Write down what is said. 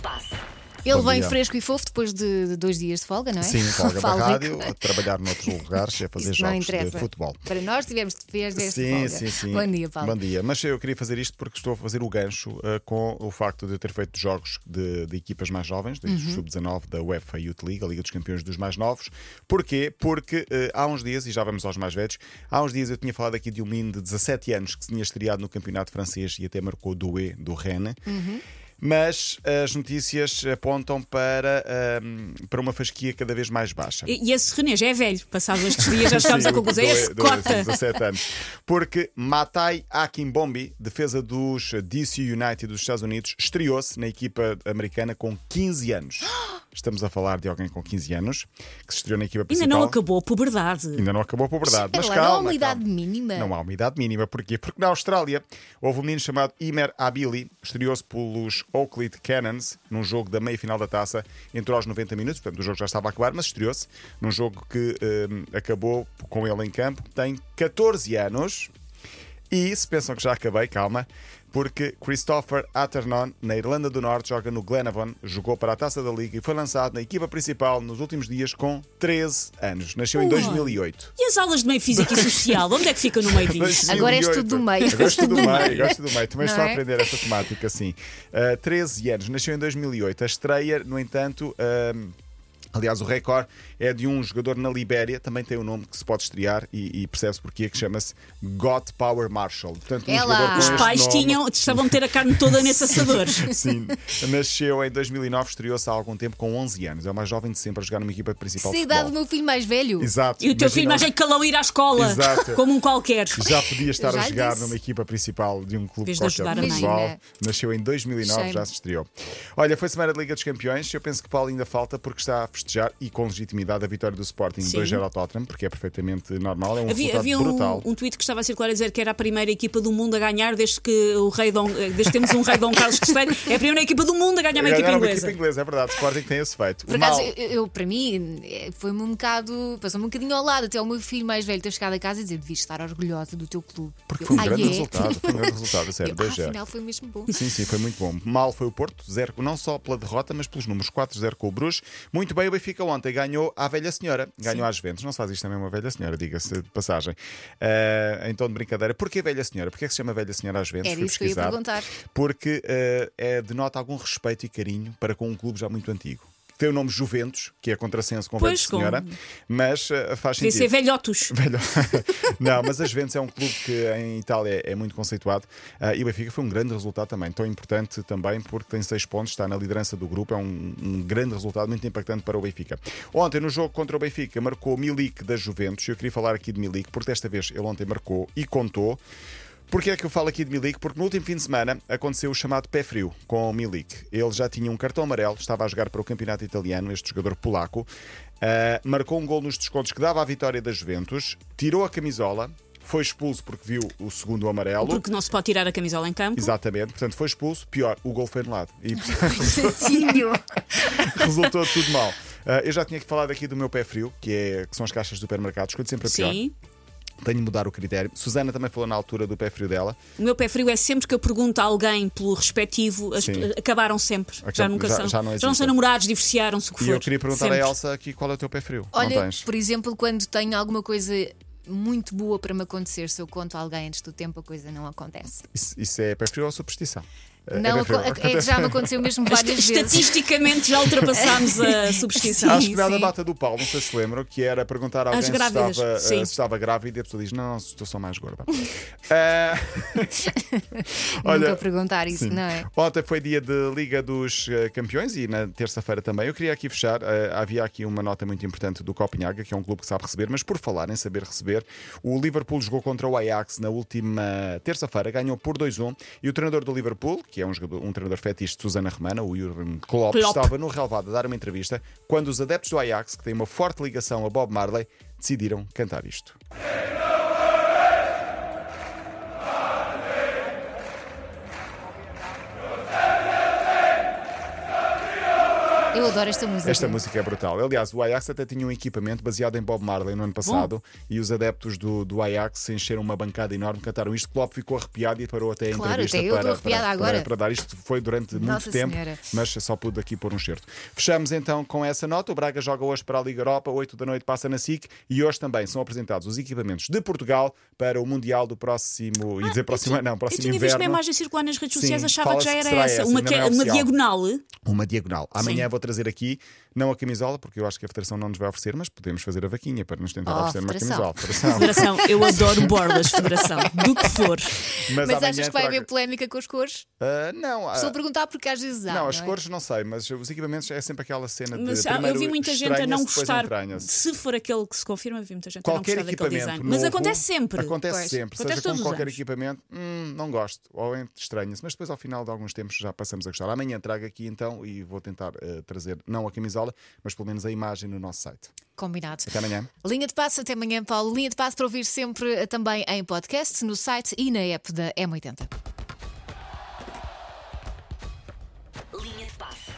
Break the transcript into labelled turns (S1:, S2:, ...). S1: passe.
S2: Ele
S3: Bom
S2: vem
S3: dia.
S2: fresco e fofo depois de de dois dias de folga, não é?
S3: Sim, folga da
S2: Fala que-
S3: rádio, a trabalhar noutros lugares e a fazer
S2: Isso não
S3: jogos de
S2: interessa.
S3: futebol.
S2: Para nós tivemos de ver de
S3: Sim,
S2: folga.
S3: sim, sim.
S2: Bom dia, Paulo.
S3: Bom dia. Mas eu queria fazer isto porque estou a fazer o gancho eh, com o facto de eu ter feito jogos de, de equipas mais jovens,
S2: Uhum.
S3: do Sub-19 da UEFA Youth League, a Liga dos Campeões dos Mais Novos. Porquê? Porque eh, há uns dias, e já vamos aos mais velhos, há uns dias eu tinha falado aqui de um menino de 17 anos que se tinha estreado no Campeonato Francês e até marcou o Doué do Rennes.
S2: Uhum.
S3: Mas as notícias apontam para, ahm, para uma fasquia cada vez mais baixa.
S1: E, e esse René já é velho. Passados estes dias já chegámos
S3: Sim,
S1: à conclusão. É
S3: dois-
S1: esse
S3: dois-
S1: cota.
S3: 17 anos. Porque Matai Akimbombi, defesa dos DC United dos Estados Unidos, estreou-se na equipa americana com 15 anos. Estamos a falar de alguém com 15 anos que se estreou na equipa
S1: Ainda
S3: principal.
S1: não acabou a puberdade.
S3: Ainda não acabou a puberdade.
S2: Espera
S3: Mas
S2: lá,
S1: é
S3: calma,
S2: não há uma idade
S3: calma.
S2: mínima?
S3: Não há uma idade mínima. Porquê? Porque na Austrália houve um menino chamado Imer Abili, estreou-se pelos Oakland Cannons num jogo da meia-final da taça, entrou aos 90 minutos, portanto o jogo já estava a acabar, mas estreou-se num jogo que hum, acabou com ele em campo. Tem 14 anos e, se pensam que já acabei, calma, porque Christopher Atternon, na Irlanda do Norte, joga no Glenavon, jogou para a Taça da Liga e foi lançado na equipa principal nos últimos dias com 13 anos. Nasceu em 2008.
S1: E as aulas de meio físico e social? Onde é que fica no meio disso?
S3: 2008.
S2: Agora és tu do meio.
S3: Agora és tu do meio, agora és tu do meio. Também
S2: Não
S3: estou a
S2: é?
S3: aprender esta temática, sim. Ah, 13 anos, nasceu em 2008. A estreia, no entanto. ahm, Aliás, o recorde é de um jogador na Libéria, também tem um nome que se pode estrear e, e percebe-se porque que chama-se God Power Marshall. Portanto, um
S2: É lá.
S3: jogador com
S2: Os
S3: este
S1: Os pais
S3: nome-
S1: tinham, estavam a ter a carne toda nesse assador.
S3: Sim, nasceu em 2009, estreou-se há algum tempo com 11 anos. É o mais jovem de sempre a jogar numa equipa principal.
S2: Se a
S3: de
S2: idade do
S3: futebol.
S2: meu filho mais velho.
S3: Exato.
S1: E o teu filho mais
S3: Imagina-
S1: velho calou ir à escola.
S3: Exato.
S1: Como um qualquer.
S3: já podia estar
S2: Já
S3: a jogar
S2: disse.
S3: numa equipa principal de um clube
S1: Vez de
S3: qualquer de
S1: ajudar a mãe. né?
S3: futebol.
S2: Imagina.
S3: Nasceu em 2009,
S2: Shame.
S3: já se estreou. Olha, foi semana de Liga dos Campeões. Eu penso que Paulo ainda falta porque está a festejar e com legitimidade a vitória do Sporting
S1: Sim.
S3: 2-0 ao Tottenham, porque é perfeitamente normal. É um
S1: Havia,
S3: resultado
S1: havia um,
S3: brutal.
S1: um tweet que estava a circular a dizer que era a primeira equipa do mundo a ganhar desde que o rei Dom, desde que temos um rei Dom Carlos III. É a primeira equipa do mundo a ganhar uma equipa
S3: Ganharam uma
S1: inglesa.
S3: equipa inglesa, é verdade. O Sporting tem esse feito.
S2: Por
S3: O mal-
S2: acaso, eu, eu- para mim, eh, foi-me um bocado. Passou-me um bocadinho ao lado até o meu filho mais velho ter chegado a casa e dizer: devias estar orgulhosa do teu clube.
S3: Porque
S2: Eu,
S3: foi um
S2: "Ah,
S3: grande
S2: é?"
S3: resultado. Foi um grande resultado, a sério.
S2: Eu, "Ah,
S3: 2-0.
S2: afinal, foi mesmo bom.
S3: Sim, sim, foi muito bom. Mal foi o Porto, zero, não só pela derrota, mas pelos números 4-0 com o Bruges. Muito bem, o Benfica ontem ganhou à velha senhora, ganhou às Juventus. Não se faz isto também uma velha senhora, diga-se de passagem. Ah, então, de brincadeira, porquê velha senhora? Porquê é que se chama velha senhora às Juventus?
S2: Era
S3: Fui
S2: isso que eu ia
S3: pesquisar.
S2: perguntar.
S3: Porque ah, é, denota algum respeito e carinho para com um clube já muito antigo. Tem o nome Juventus, que é contrassenso com velha
S1: Pois, com-
S3: senhora, mas ah, faz
S1: Devia
S3: sentido.
S1: ser velhotos.
S3: Velho. Não, mas a Juventus é um clube que em Itália é muito conceituado ah, e o Benfica foi um grande resultado também. Tão importante também porque tem seis pontos, está na liderança do grupo, é um, um grande resultado, muito impactante para o Benfica. Ontem, no jogo contra o Benfica, marcou Milik da Juventus. Eu queria falar aqui de Milik porque desta vez ele ontem marcou e contou. Porquê é que eu falo aqui de Milik? Porque no último fim de semana aconteceu o chamado pé frio com o Milik. Ele já tinha um cartão amarelo, estava a jogar para o campeonato italiano, este jogador polaco. ah, marcou um gol nos descontos que dava a vitória da Juventus, tirou a camisola, foi expulso porque viu o segundo amarelo.
S1: Porque não se pode tirar a camisola em campo.
S3: Exatamente, portanto foi expulso, pior, o gol foi anulado. E
S2: Santinho.
S3: resultou tudo mal. Ah, eu já tinha falado aqui do meu pé frio, que, é, que são as caixas de supermercados, escolho sempre a é pior.
S1: Sim.
S3: Tenho de mudar o critério. Susana também falou na altura do pé frio dela.
S1: O meu pé frio é sempre que eu pergunto a alguém pelo respectivo, as-
S3: Sim.
S1: acabaram sempre. já
S3: Acab-
S1: nunca
S3: já-
S1: são.
S3: já não
S1: são
S3: existem.
S1: namorados, divorciaram-se, o que
S3: E
S1: for.
S3: eu queria perguntar
S1: Sempre.
S3: à Elsa aqui qual é o teu pé frio. não
S2: Olha,
S3: tens?
S2: por exemplo, quando tenho alguma coisa muito boa para me acontecer, se eu conto a alguém antes do tempo, a coisa não acontece.
S3: Isso, isso é pé frio ou superstição? É- é
S2: Não,
S3: pé frio.
S2: aco- é que já me aconteceu mesmo várias vezes.
S1: Estatisticamente já ultrapassámos a subscrição.
S3: Acho que dá
S2: sim.
S3: da data do Paulo, não sei se lembram, que era perguntar a alguém
S1: Às
S3: se
S1: grávidas,
S3: estava, eh, se
S1: sim.
S3: estava grávida e a pessoa diz: Não, não, estou só mais gorda. Ah, Olha,
S2: Nunca perguntar isso, não é?
S3: Ontem foi dia de Liga dos eh, Campeões e na terça-feira também. Eu queria aqui fechar. eh, havia aqui uma nota muito importante do Copenhaga, que é um clube que sabe receber, mas por falar em saber receber, o Liverpool jogou contra o Ajax na última terça-feira, ganhou por 2-1. E o treinador do Liverpool, que é um, jogador, um treinador fetiche de Susana Romana, o Jurgen Klopp,
S1: Klopp.
S3: estava no relvado a dar uma entrevista quando os adeptos do Ajax, que têm uma forte ligação a Bob Marley, decidiram cantar isto.
S2: Eu adoro esta música.
S3: Esta música é brutal. Aliás, o Ajax até tinha um equipamento baseado em Bob Marley no ano passado e os adeptos do, do Ajax encheram uma bancada enorme, cantaram isto. Klopp ficou arrepiado e parou até a
S2: Claro,
S3: entrevista
S2: até eu
S3: para,
S2: estou arrepiada
S3: para-
S2: agora.
S3: para- para dar. Isto foi durante
S2: Nossa
S3: muito tempo,
S2: Senhora.
S3: mas só pude aqui pôr um certo. Fechamos então com essa nota. O Braga joga hoje para a Liga Europa, 8 da noite passa na SIC e hoje também são apresentados os equipamentos de Portugal para o Mundial do próximo.
S2: Ah,
S3: e dizer próximo, não,
S1: Eu
S3: próximo
S1: tinha visto
S3: inverno.
S1: uma imagem circular nas redes
S3: Sim,
S1: sociais, achava que
S3: fala-se
S1: já
S3: que
S1: era
S3: será
S1: essa.
S3: essa,
S1: Uma,
S3: ainda
S1: que-
S3: não é
S1: uma
S3: oficial.
S1: diagonal.
S3: Uma diagonal. Amanhã
S1: Sim.
S3: vou trazer aqui, não a camisola, porque eu acho que a Federação não nos vai oferecer, mas podemos fazer a vaquinha para nos tentar
S2: Oh,
S3: oferecer uma
S2: Federação.
S3: camisola. Federação.
S1: Federação, eu adoro bordas, Federação, do que for.
S3: Mas,
S2: Mas
S3: amanhã
S2: achas que vai
S3: trago-
S2: haver polémica com as cores?
S3: Ah, não, ah,
S2: Estou a perguntar porque às vezes há.
S3: não, as
S2: é?
S3: cores não sei, mas os equipamentos é sempre aquela cena de.
S1: Mas ah,
S3: primeiro
S1: eu vi muita gente a não
S3: estranha-se, depois
S1: gostar.
S3: entranha-se.
S1: Se for aquele que se confirma, vi muita gente
S3: Qualquer
S1: a não gostar daquele
S3: equipamento.
S1: design. Mas
S3: novo,
S1: acontece sempre.
S3: Acontece
S2: Pois.
S3: sempre.
S1: Acontece
S3: seja
S1: todos
S3: com
S1: os
S3: qualquer
S1: anos.
S3: equipamento, hum, não gosto. Ou é estranha-se. Mas depois, ao final de alguns tempos, já passamos a gostar. Amanhã trago aqui então e vou tentar ah, trazer, não a camisola, mas pelo menos a imagem no nosso site.
S2: Combinado.
S3: Até amanhã.
S2: Linha de passo, até amanhã, Paulo. Linha de passo para ouvir sempre eh, também em podcast, no site e na app da M80.
S4: Linha de passe.